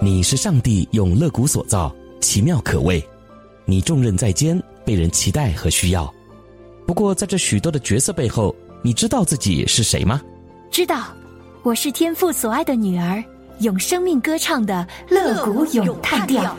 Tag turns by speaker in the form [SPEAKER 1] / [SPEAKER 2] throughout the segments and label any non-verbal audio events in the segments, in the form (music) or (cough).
[SPEAKER 1] 你是上帝用乐谷所造，奇妙可畏。你重任在肩，被人期待和需要。不过，在这许多的角色背后，你知道自己是谁吗？
[SPEAKER 2] 知道，我是天父所爱的女儿，用生命歌唱的乐谷咏叹调。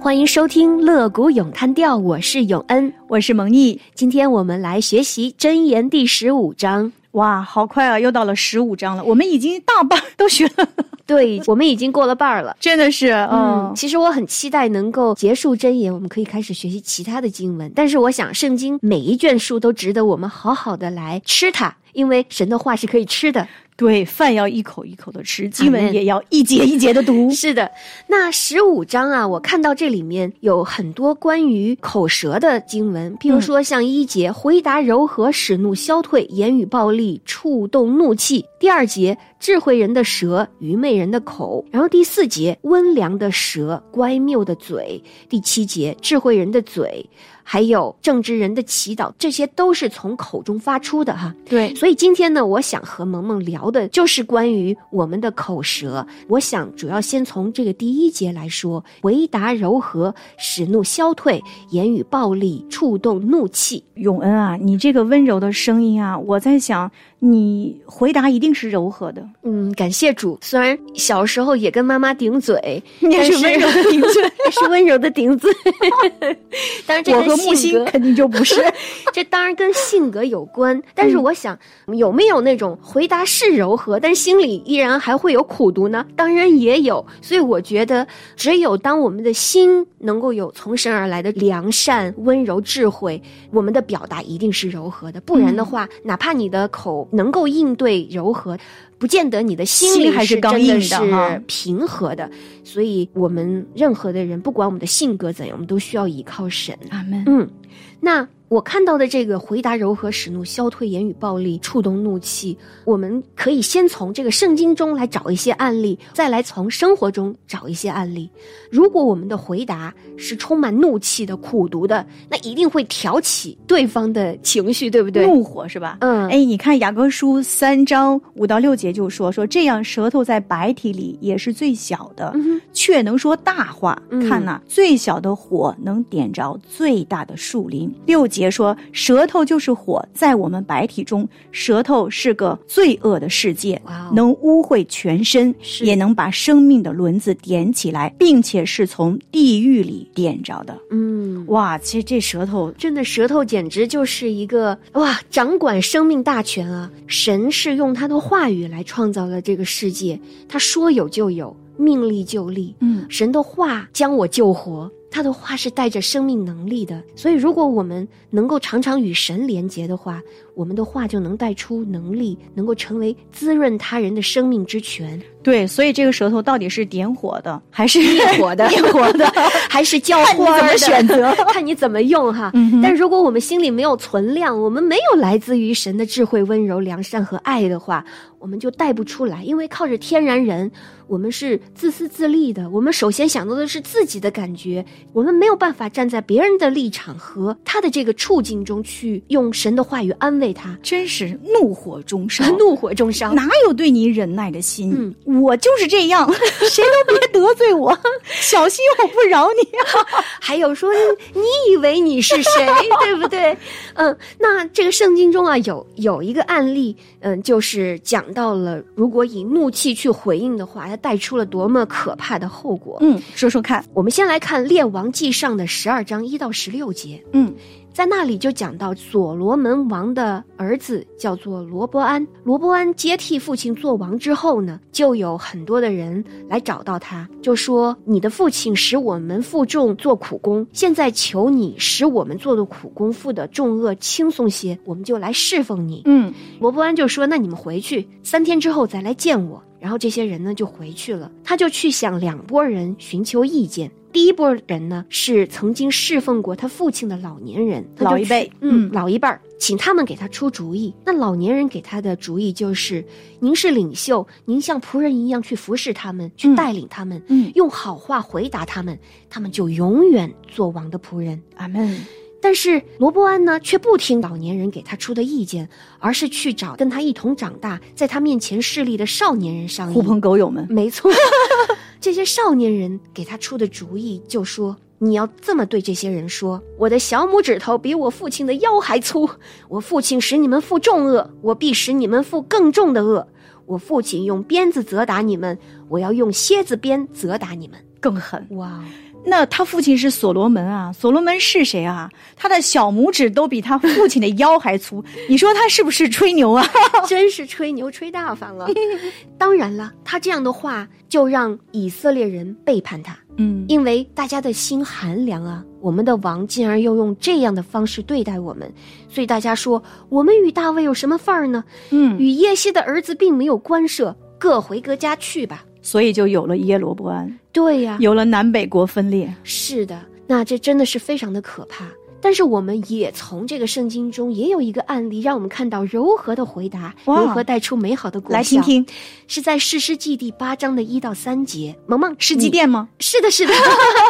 [SPEAKER 3] 欢迎收听《乐谷咏叹调》，我是永恩。
[SPEAKER 4] 我是蒙毅。
[SPEAKER 3] 今天我们来学习《箴言》第十五章。
[SPEAKER 4] 哇，好快啊，又到了十五章了，我们已经大半都学了， (laughs)
[SPEAKER 3] 对我们已经过了半儿了。
[SPEAKER 4] 真的是，嗯，
[SPEAKER 3] 其实我很期待能够结束箴言，我们可以开始学习其他的经文。但是我想，圣经每一卷书都值得我们好好的来吃它，因为神的话是可以吃的。
[SPEAKER 4] 对，饭要一口一口的吃，经
[SPEAKER 3] Amen。
[SPEAKER 4] 文也要一节一节的读
[SPEAKER 3] 是的，那十五章啊，我看到这里面有很多关于口舌的经文，譬如说像一节“回答柔和，使怒消退；言语暴力，触动怒气”。第二节“智慧人的舌，愚昧人的口”。然后第四节“温良的舌，乖谬的嘴”。第七节“智慧人的嘴”，还有“正直人的祈祷”，这些都是从口中发出的哈。
[SPEAKER 4] (laughs) 对，
[SPEAKER 3] 所以今天呢，我想和萌萌聊的就是关于我们的口舌。我想主要先从这个第一节来说：回答柔和，使怒消退；言语暴力，触动怒气。
[SPEAKER 4] 永恩啊，你这个温柔的声音啊，我在想，你回答一定是柔和的，
[SPEAKER 3] 嗯，感谢主。虽然小时候也跟妈妈顶 (laughs) 嘴，
[SPEAKER 4] 你
[SPEAKER 3] 但
[SPEAKER 4] (laughs) 也
[SPEAKER 3] 是
[SPEAKER 4] 温柔的顶 (laughs) 嘴。
[SPEAKER 3] 但是温柔的顶 (laughs) 嘴。当然，这
[SPEAKER 4] 我
[SPEAKER 3] 跟
[SPEAKER 4] 和木
[SPEAKER 3] 性
[SPEAKER 4] 星
[SPEAKER 3] 格
[SPEAKER 4] 肯定就不是，
[SPEAKER 3] (laughs) 这当然跟性格有关，但是我想，有没有那种回答是柔和，但心里依然还会有苦读呢？当然也有，所以我觉得，只有当我们的心能够有从神而来的良善、温柔、智慧，我们的表达一定是柔和的。不然的话，哪怕你的口能够应对柔和，不见得你的心里
[SPEAKER 4] 心还是
[SPEAKER 3] 是
[SPEAKER 4] 刚
[SPEAKER 3] 真的
[SPEAKER 4] 硬的
[SPEAKER 3] 嗯是
[SPEAKER 4] 哈
[SPEAKER 3] 平和的。所以，我们任何的人，不管我们的性格怎样，我们都需要依靠神。
[SPEAKER 4] (laughs) 阿门。
[SPEAKER 3] 嗯，那我看到的这个回答柔和使怒消退言语暴力触动怒气，我们可以先从这个圣经中来找一些案例，再来从生活中找一些案例。如果我们的回答是充满怒气的、苦毒的，那一定会挑起对方的情绪，对不对？
[SPEAKER 4] 怒火是吧？
[SPEAKER 3] 嗯
[SPEAKER 4] 哎，你看雅各书三章五到六节就说说这样，舌头在白体里也是最小的，
[SPEAKER 3] 嗯哼
[SPEAKER 4] 却能说大话。
[SPEAKER 3] 嗯
[SPEAKER 4] 看呐、最小的火能点着最大的树林。六节说，舌头就是火，在我们白体中，舌头是个罪恶的世界，
[SPEAKER 3] 哇哦
[SPEAKER 4] 能污秽全身，
[SPEAKER 3] 是
[SPEAKER 4] 也能把生命的轮子点起来，并且是从地狱里点着的。
[SPEAKER 3] 嗯。
[SPEAKER 4] 哇，其实这舌头
[SPEAKER 3] 真的，舌头简直就是一个哇，掌管生命大权啊！神是用他的话语来创造了这个世界，他说有就有，命立就立。
[SPEAKER 4] 嗯，
[SPEAKER 3] 神的话将我救活，他的话是带着生命能力的。所以，如果我们能够常常与神连结的话，我们的话就能带出能力，能够成为滋润他人的生命之泉，
[SPEAKER 4] 对，所以这个舌头到底是点火的还是
[SPEAKER 3] 灭火的
[SPEAKER 4] 灭火的？
[SPEAKER 3] 还是浇花
[SPEAKER 4] 看
[SPEAKER 3] 儿
[SPEAKER 4] 你怎么选择
[SPEAKER 3] 看你怎么用哈。
[SPEAKER 4] 嗯哼
[SPEAKER 3] 但如果我们心里没有存量，我们没有来自于神的智慧、温柔、良善和爱的话，我们就带不出来。因为靠着天然人，我们是自私自利的，我们首先想到的是自己的感觉，我们没有办法站在别人的立场和他的这个处境中去用神的话语安慰他。，
[SPEAKER 4] 真是怒火中烧
[SPEAKER 3] (laughs) 怒火嗯中烧，
[SPEAKER 4] 哪有对你忍耐的心？我就是
[SPEAKER 3] (laughs)
[SPEAKER 4] 这样，谁都别得罪我，小心我不饶
[SPEAKER 3] (laughs)
[SPEAKER 4] 你。
[SPEAKER 3] 还有说你你以为你是谁， (laughs) 对不对？嗯，那这个圣经中啊，有有一个案例，嗯，就是讲到了如果以怒气去回应的话，它带出了多么可怕的后果。
[SPEAKER 4] 嗯，说说看，
[SPEAKER 3] 我们先来看《列王记上》的十二章一到十六节，
[SPEAKER 4] 嗯，
[SPEAKER 3] 在那里就讲到所罗门王的儿子叫做罗伯安，罗伯安接替父亲做王之后呢，就有很多的人来找到他，就说：“你的父亲使我们负重做苦工，现在求你使我们做的苦工负的重恶轻松些，我们就来侍奉你。”
[SPEAKER 4] 嗯，
[SPEAKER 3] 罗伯安就说：“那你们回去，三天之后再来见我。”然后这些人呢就回去了，他就去向两拨人寻求意见。第一拨人呢是曾经侍奉过他父亲的老年人，他就
[SPEAKER 4] 老一辈
[SPEAKER 3] 去嗯，
[SPEAKER 4] 嗯
[SPEAKER 3] 老一辈儿。请他们给他出主意。那老年人给他的主意就是：您是领袖，您像仆人一样去服侍他们，去
[SPEAKER 4] 嗯
[SPEAKER 3] 带领他们，
[SPEAKER 4] 嗯
[SPEAKER 3] 用好话回答他们，他们就永远做王的仆人。
[SPEAKER 4] 阿门。
[SPEAKER 3] 但是罗伯安呢，却不听老年人给他出的意见，而是去找跟他一同长大、在他面前势力的少年人商
[SPEAKER 4] 狐
[SPEAKER 3] 议。
[SPEAKER 4] 朋狗友们，
[SPEAKER 3] 没错， (laughs) 这些少年人给他出的主意就说：“你要这么对这些人说，我的小拇指头比我父亲的腰还粗，我父亲使你们负重恶，我必使你们负更重的恶。我父亲用鞭子责打你们，我要用蝎子鞭责打你们。
[SPEAKER 4] 更狠”。
[SPEAKER 3] 哇，哦
[SPEAKER 4] 那他父亲是所罗门啊，所罗门是谁啊？他的小拇指都比他父亲的腰还
[SPEAKER 3] (laughs)
[SPEAKER 4] 粗，你说他是不是吹牛啊？
[SPEAKER 3] 真是吹牛吹大发
[SPEAKER 4] (laughs)
[SPEAKER 3] 了。当然了，他这样的话就让以色列人背叛他。
[SPEAKER 4] 嗯
[SPEAKER 3] 因为大家的心寒凉啊，我们的王竟然又用这样的方式对待我们，所以大家说我们与大卫有什么范儿呢？
[SPEAKER 4] 嗯，
[SPEAKER 3] 与耶西的儿子并没有关涉，各回各家去吧。
[SPEAKER 4] 所以就有了耶罗波安，
[SPEAKER 3] 对呀、
[SPEAKER 4] 有了南北国分裂。
[SPEAKER 3] 是的，那这真的是非常的可怕。但是我们也从这个圣经中也有一个案例，让我们看到柔和的回答
[SPEAKER 4] 哇
[SPEAKER 3] 如何带出美好的果效。
[SPEAKER 4] 来听，听
[SPEAKER 3] 是在士师记第八章的一到三节。萌萌，
[SPEAKER 4] 是基甸吗？
[SPEAKER 3] (laughs) 是的，是
[SPEAKER 4] (laughs)
[SPEAKER 3] 的，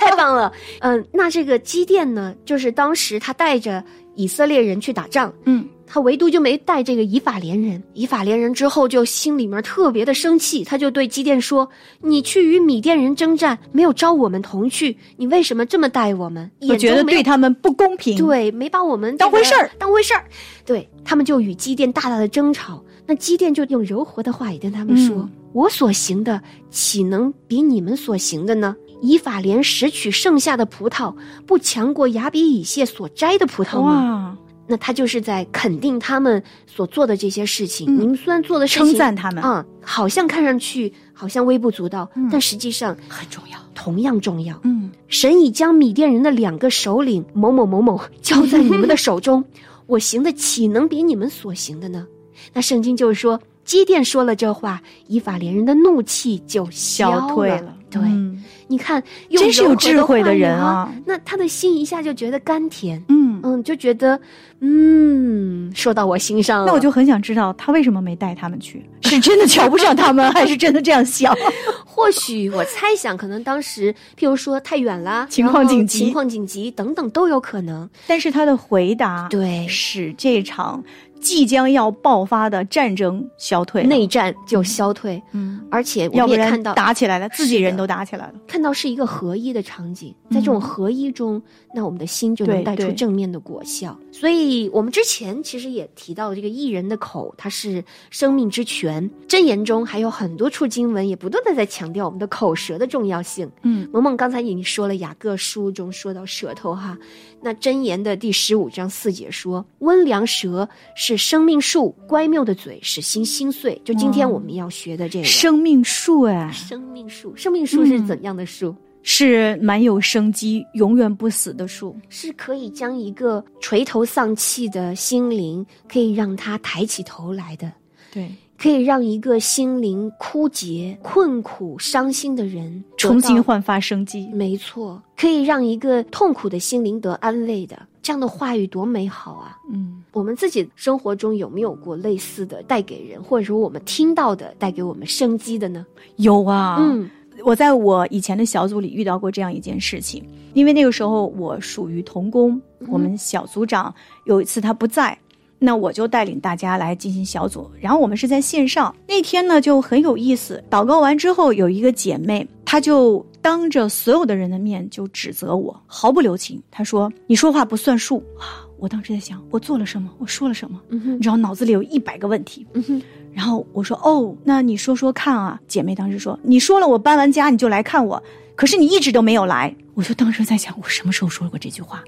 [SPEAKER 3] 太棒了。嗯，那这个基甸呢，就是当时他带着以色列人去打仗，
[SPEAKER 4] 嗯
[SPEAKER 3] 他唯独就没带这个以法连人。以法连人之后就心里面特别的生气，他就对基甸说：“你去与米甸人征战，没有招我们同去，你为什么这么待我们？
[SPEAKER 4] 我
[SPEAKER 3] 嗯眼
[SPEAKER 4] 觉
[SPEAKER 3] 中
[SPEAKER 4] 得
[SPEAKER 3] 没有
[SPEAKER 4] 对他们不公平。，
[SPEAKER 3] 对，没把我们这
[SPEAKER 4] 当回
[SPEAKER 3] 个
[SPEAKER 4] 事儿
[SPEAKER 3] 当回事儿。对他们就与基甸大大的争吵，那基甸就用柔和的话语跟他们说：“
[SPEAKER 4] 嗯
[SPEAKER 3] 我所行的岂能比你们所行的呢？以法莲拾取剩下的葡萄，不强过亚比以谢所摘的葡萄吗？”
[SPEAKER 4] 哇，
[SPEAKER 3] 那他就是在肯定他们所做的这些事情。
[SPEAKER 4] 嗯
[SPEAKER 3] 你们虽然做的事情
[SPEAKER 4] 称赞他们
[SPEAKER 3] 啊、好像看上去好像微不足道，
[SPEAKER 4] 嗯
[SPEAKER 3] 但实际上
[SPEAKER 4] 很重要。
[SPEAKER 3] 同样重要。
[SPEAKER 4] 嗯，
[SPEAKER 3] 神已将米甸人的两个首领某某某某交在你们的手
[SPEAKER 4] (laughs)
[SPEAKER 3] 中，我行的岂能比你们所行的呢？那圣经就是说，基甸说了这话，以法连人的怒气就消
[SPEAKER 4] 消退
[SPEAKER 3] 了。
[SPEAKER 4] 了。
[SPEAKER 3] 对，
[SPEAKER 4] 嗯
[SPEAKER 3] 你看，用
[SPEAKER 4] 真是有智慧的人
[SPEAKER 3] 柔和的话
[SPEAKER 4] 啊
[SPEAKER 3] 语。那他的心一下就觉得甘甜，
[SPEAKER 4] 嗯，
[SPEAKER 3] 嗯，就觉得，嗯，说到我心上了。
[SPEAKER 4] 那我就很想知道他为什么没带他们去，是真的瞧不上他们，还是真的这样想？ (laughs)
[SPEAKER 3] 或许我猜想，可能当时譬如说太远啦，
[SPEAKER 4] 情况
[SPEAKER 3] 然后
[SPEAKER 4] 紧急
[SPEAKER 3] 情况紧急等等都有可能。
[SPEAKER 4] 但是他的回答，
[SPEAKER 3] (laughs) 对
[SPEAKER 4] 使这场即将要爆发的战争消退了。
[SPEAKER 3] 内战就消退，
[SPEAKER 4] 嗯，
[SPEAKER 3] 而且我
[SPEAKER 4] 要
[SPEAKER 3] 们也
[SPEAKER 4] 不然
[SPEAKER 3] 看到
[SPEAKER 4] 打起来了，自己
[SPEAKER 3] 是的
[SPEAKER 4] 人都打起来了。
[SPEAKER 3] 看到是一个合一的场景，在这种
[SPEAKER 4] 嗯
[SPEAKER 3] 合一中，那我们的心就
[SPEAKER 4] 对
[SPEAKER 3] 能带出
[SPEAKER 4] 对
[SPEAKER 3] 正面的果效。所以，我们之前其实也提到，这个艺人的口，它是生命之泉。箴言中还有很多处经文，也不断的在强调我们的口舌的重要性。
[SPEAKER 4] 嗯，
[SPEAKER 3] 萌萌刚才已经说了，雅各书中说到舌头哈，那箴言的第十五章四节说，温良舌是生命树，乖谬的嘴使心心碎。就今天
[SPEAKER 4] 哇
[SPEAKER 3] 我们要学的这个
[SPEAKER 4] 哦生命树哎，
[SPEAKER 3] 生命树，生命树是
[SPEAKER 4] 嗯
[SPEAKER 3] 怎样的树？
[SPEAKER 4] 是蛮有生机、永远不死的树。
[SPEAKER 3] 是可以将一个垂头丧气的心灵，可以让他抬起头来的，
[SPEAKER 4] 对，
[SPEAKER 3] 可以让一个心灵枯竭、困苦、伤心的人得到
[SPEAKER 4] 重新。焕发生机。
[SPEAKER 3] 没错，可以让一个痛苦的心灵得安慰的，这样的话语多美好啊！
[SPEAKER 4] 嗯，
[SPEAKER 3] 我们自己生活中有没有过类似的带给人，或者说我们听到的带给我们生机的呢？
[SPEAKER 4] 有啊，
[SPEAKER 3] 嗯
[SPEAKER 4] 我在我以前的小组里遇到过这样一件事情，因为那个时候我属于童工，我们小组长有一次他不在。那我就带领大家来进行小组，然后我们是在线上。那天呢就很有意思，祷告完之后，有一个姐妹，她就当着所有的人的面就指责我，毫不留情。她说：“你说话不算数啊！”我当时在想，我做了什么？我说了什么？
[SPEAKER 3] 嗯
[SPEAKER 4] 你
[SPEAKER 3] 哼，
[SPEAKER 4] 知道，脑子里有一百个问题。
[SPEAKER 3] 嗯哼，
[SPEAKER 4] 然后我说：“哦，那你说说看啊。”姐妹当时说：“你说了，我搬完家你就来看我，可是你一直都没有来。”我就当时在想，我什么时候说过这句话？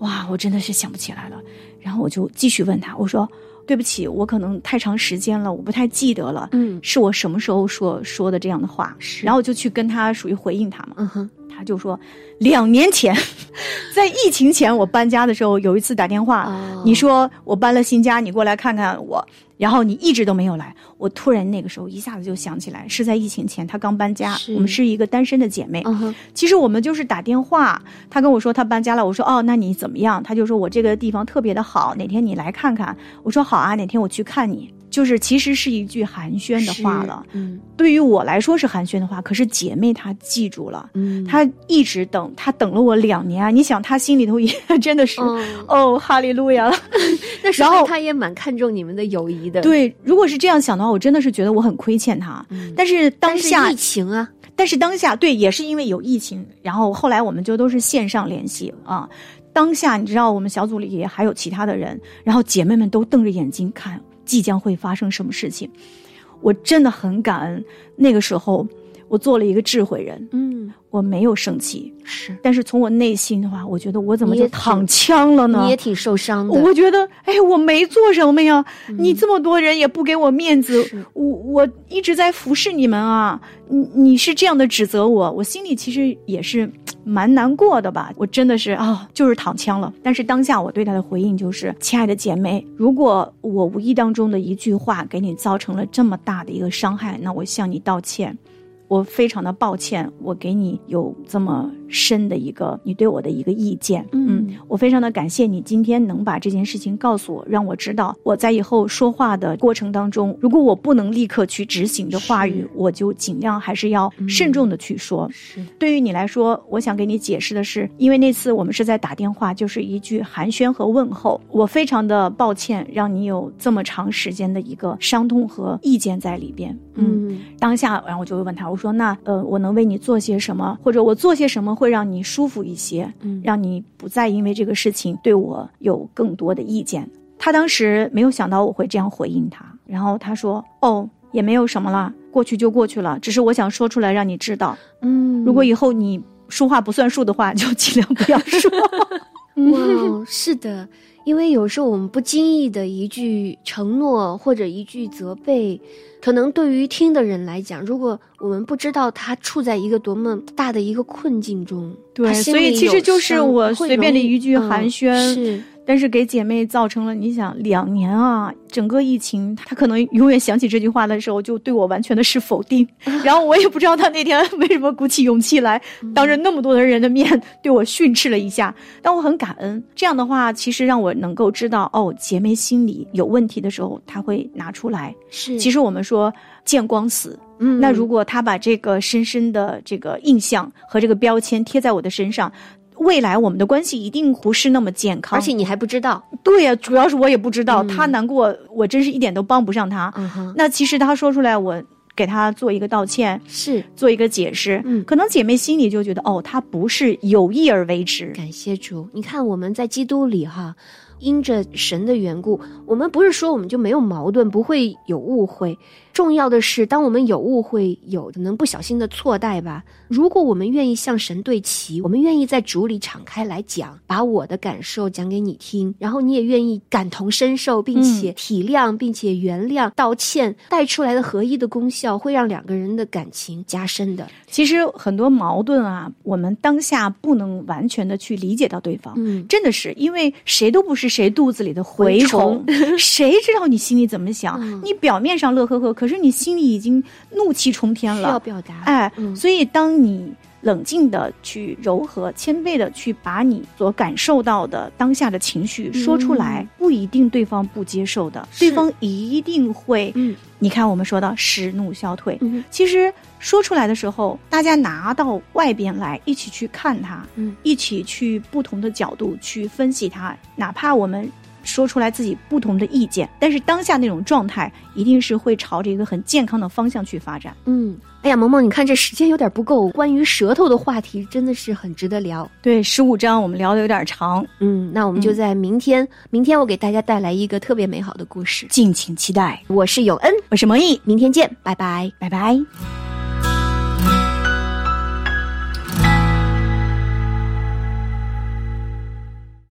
[SPEAKER 4] 哇，我真的是想不起来了。然后我就继续问她，我说：“对不起，我可能太长时间了，我不太记得了，
[SPEAKER 3] 嗯
[SPEAKER 4] 是我什么时候说说的这样的话？”然后我就去跟她属于回应她嘛，
[SPEAKER 3] 嗯哼，
[SPEAKER 4] 她就说：“两年前， (laughs) 在疫情前我搬家的时候，有一次打电话，
[SPEAKER 3] 哦
[SPEAKER 4] 啊你说我搬了新家，你过来看看我，然后你一直都没有来，我突然那个时候一下子就想起来，是在疫情前，她刚搬家，
[SPEAKER 3] 是
[SPEAKER 4] 我们是一个单身的姐妹，
[SPEAKER 3] 嗯哼，
[SPEAKER 4] 其实我们就是打电话，她跟我说她搬家了，我说哦，那你怎么样？她就说我这个地方特别的好，哪天你来看看，我说好啊，哪天我去看你，就是其实是一句寒暄的话了。
[SPEAKER 3] 是，嗯
[SPEAKER 4] 对于我来说是寒暄的话，可是姐妹她记住了，
[SPEAKER 3] 嗯，
[SPEAKER 4] 她一直等，她等了我两年啊！你想，她心里头也 (laughs) 真的是，
[SPEAKER 3] 哦，
[SPEAKER 4] 哦，哈利路亚了。
[SPEAKER 3] 那说
[SPEAKER 4] 然
[SPEAKER 3] 明
[SPEAKER 4] 后
[SPEAKER 3] 他也蛮看重你们的友谊的。，嗯
[SPEAKER 4] 对，如果是这样想的话，我真的是觉得我很亏欠她。但是当
[SPEAKER 3] 但是
[SPEAKER 4] 下，
[SPEAKER 3] 疫情啊，
[SPEAKER 4] 但是当下对，也是因为有疫情，然后后来我们就都是线上联系啊。当下你知道，我们小组里也还有其他的人，然后姐妹们都瞪着眼睛看即将会发生什么事情。我真的很感恩，那个时候我做了一个智慧人，
[SPEAKER 3] 嗯，
[SPEAKER 4] 我没有生气，
[SPEAKER 3] 是，
[SPEAKER 4] 但是从我内心的话，我觉得我怎么
[SPEAKER 3] 你也
[SPEAKER 4] 就
[SPEAKER 3] 挺
[SPEAKER 4] 躺枪了呢？
[SPEAKER 3] 你也挺受伤的。
[SPEAKER 4] 我觉得，哎，我没做什么呀，你这么多人也不给我面子
[SPEAKER 3] 是，
[SPEAKER 4] 我我一直在服侍你们啊，你你是这样的指责我，我心里其实也是蛮难过的吧，我真的是啊、就是躺枪了。但是当下我对他的回应就是，亲爱的姐妹，如果我无意当中的一句话给你造成了这么大的一个伤害，那我向你道歉。我非常的抱歉，我给你有这么深的一个你对我的一个意见，
[SPEAKER 3] 嗯
[SPEAKER 4] 我非常的感谢你今天能把这件事情告诉我，让我知道我在以后说话的过程当中，如果我不能立刻去执行的话语
[SPEAKER 3] 是，嗯
[SPEAKER 4] 我就尽量还是要慎重的去说。
[SPEAKER 3] 是，
[SPEAKER 4] 对于你来说，我想给你解释的是，因为那次我们是在打电话，就是一句寒暄和问候。我非常的抱歉，让你有这么长时间的一个伤痛和意见在里边。
[SPEAKER 3] 嗯
[SPEAKER 4] 当下，然后我就会问他，我说：“那呃，我能为你做些什么，或者我做些什么会让你舒服一些，
[SPEAKER 3] 嗯
[SPEAKER 4] 让你不再因为这个事情对我有更多的意见？”他当时没有想到我会这样回应他，然后他说：“哦，也没有什么啦，过去就过去了，只是我想说出来让你知道，
[SPEAKER 3] 嗯，
[SPEAKER 4] 如果以后你说话不算数的话，就尽量不要
[SPEAKER 3] (laughs)
[SPEAKER 4] 说。 (laughs)
[SPEAKER 3] 哇哦，是的，因为有时候我们不经意的一句承诺或者一句责备，可能对于听的人来讲，如果我们不知道他处在一个多么大的一个困境中，
[SPEAKER 4] 对
[SPEAKER 3] 他心
[SPEAKER 4] 所以
[SPEAKER 3] 里
[SPEAKER 4] 其实
[SPEAKER 3] 有
[SPEAKER 4] 就是
[SPEAKER 3] 伤
[SPEAKER 4] 我
[SPEAKER 3] 会
[SPEAKER 4] 随便
[SPEAKER 3] 容
[SPEAKER 4] 的
[SPEAKER 3] 易
[SPEAKER 4] 一句寒
[SPEAKER 3] 嗯
[SPEAKER 4] 暄
[SPEAKER 3] 是”
[SPEAKER 4] 但是给姐妹造成了，你想两年啊，整个疫情，她可能永远想起这句话的时候，就对我完全的是否
[SPEAKER 3] (laughs)
[SPEAKER 4] 定。然后我也不知道她那天为什么鼓起勇气来，当着
[SPEAKER 3] 嗯
[SPEAKER 4] 那么多的人的面对我训斥了一下，但我很感恩。这样的话，其实让我能够知道，哦，姐妹心里有问题的时候，她会拿出来。
[SPEAKER 3] 是，
[SPEAKER 4] 其
[SPEAKER 3] 实
[SPEAKER 4] 实我们说见光死，
[SPEAKER 3] 嗯，
[SPEAKER 4] 那如果他把这个深深的这个印象和这个标签贴在我的身上，未来我们的关系一定不是那么健康。
[SPEAKER 3] 而且你还不知道，
[SPEAKER 4] 对呀、主要是我也不知道、他难过，我真是一点都帮不上他。
[SPEAKER 3] 嗯哼，
[SPEAKER 4] 那其实他说出来，我给他做一个道歉，
[SPEAKER 3] 是
[SPEAKER 4] 做一个解释，
[SPEAKER 3] 嗯
[SPEAKER 4] 可能姐妹心里就觉得哦，他不是有意而为之。
[SPEAKER 3] 感谢主，你看我们在基督里哈，因着神的缘故，我们不是说我们就没有矛盾，不会有误会。重要的是，当我们有误会，有可能不小心的错待吧。如果我们愿意向神对齐，我们愿意在主里敞开来讲，把我的感受讲给你听，然后你也愿意感同身受，并且体谅，并且原谅、道歉，带出来的合一的功效，会让两个人的感情加深的。
[SPEAKER 4] 其实很多矛盾啊，我们当下不能完全的去理解到对方。
[SPEAKER 3] 嗯，
[SPEAKER 4] 真的是，因为谁都不是谁肚子里的蛔虫， (laughs) 谁知道你心里怎么想？
[SPEAKER 3] 嗯
[SPEAKER 4] 你表面上乐呵呵，可是你心里已经怒气冲天
[SPEAKER 3] 需要
[SPEAKER 4] 了。
[SPEAKER 3] 表达。
[SPEAKER 4] 哎，
[SPEAKER 3] 嗯
[SPEAKER 4] 所以当你冷静的去柔和、谦卑的去把你所感受到的当下的情绪说出来，
[SPEAKER 3] 嗯
[SPEAKER 4] 不一定对方不接受的，
[SPEAKER 3] 是
[SPEAKER 4] 对方一定会。
[SPEAKER 3] 嗯
[SPEAKER 4] 你看，我们说到使怒消退，
[SPEAKER 3] 嗯
[SPEAKER 4] 其实说出来的时候，大家拿到外边来一起去看它，
[SPEAKER 3] 嗯
[SPEAKER 4] 一起去不同的角度去分析它，哪怕我们说出来自己不同的意见，但是当下那种状态一定是会朝着一个很健康的方向去发展。
[SPEAKER 3] 嗯，哎呀，萌萌，你看这时间有点不够，关于舌头的话题真的是很值得聊。
[SPEAKER 4] 对，十五章我们聊的有点长，
[SPEAKER 3] 嗯，那我们就
[SPEAKER 4] 嗯
[SPEAKER 3] 在明天，明天我给大家带来一个特别美好的故事。
[SPEAKER 4] 敬请期待。
[SPEAKER 3] 我是永恩，
[SPEAKER 4] 我是蒙毅，
[SPEAKER 3] 明天见，拜拜。
[SPEAKER 4] 拜拜。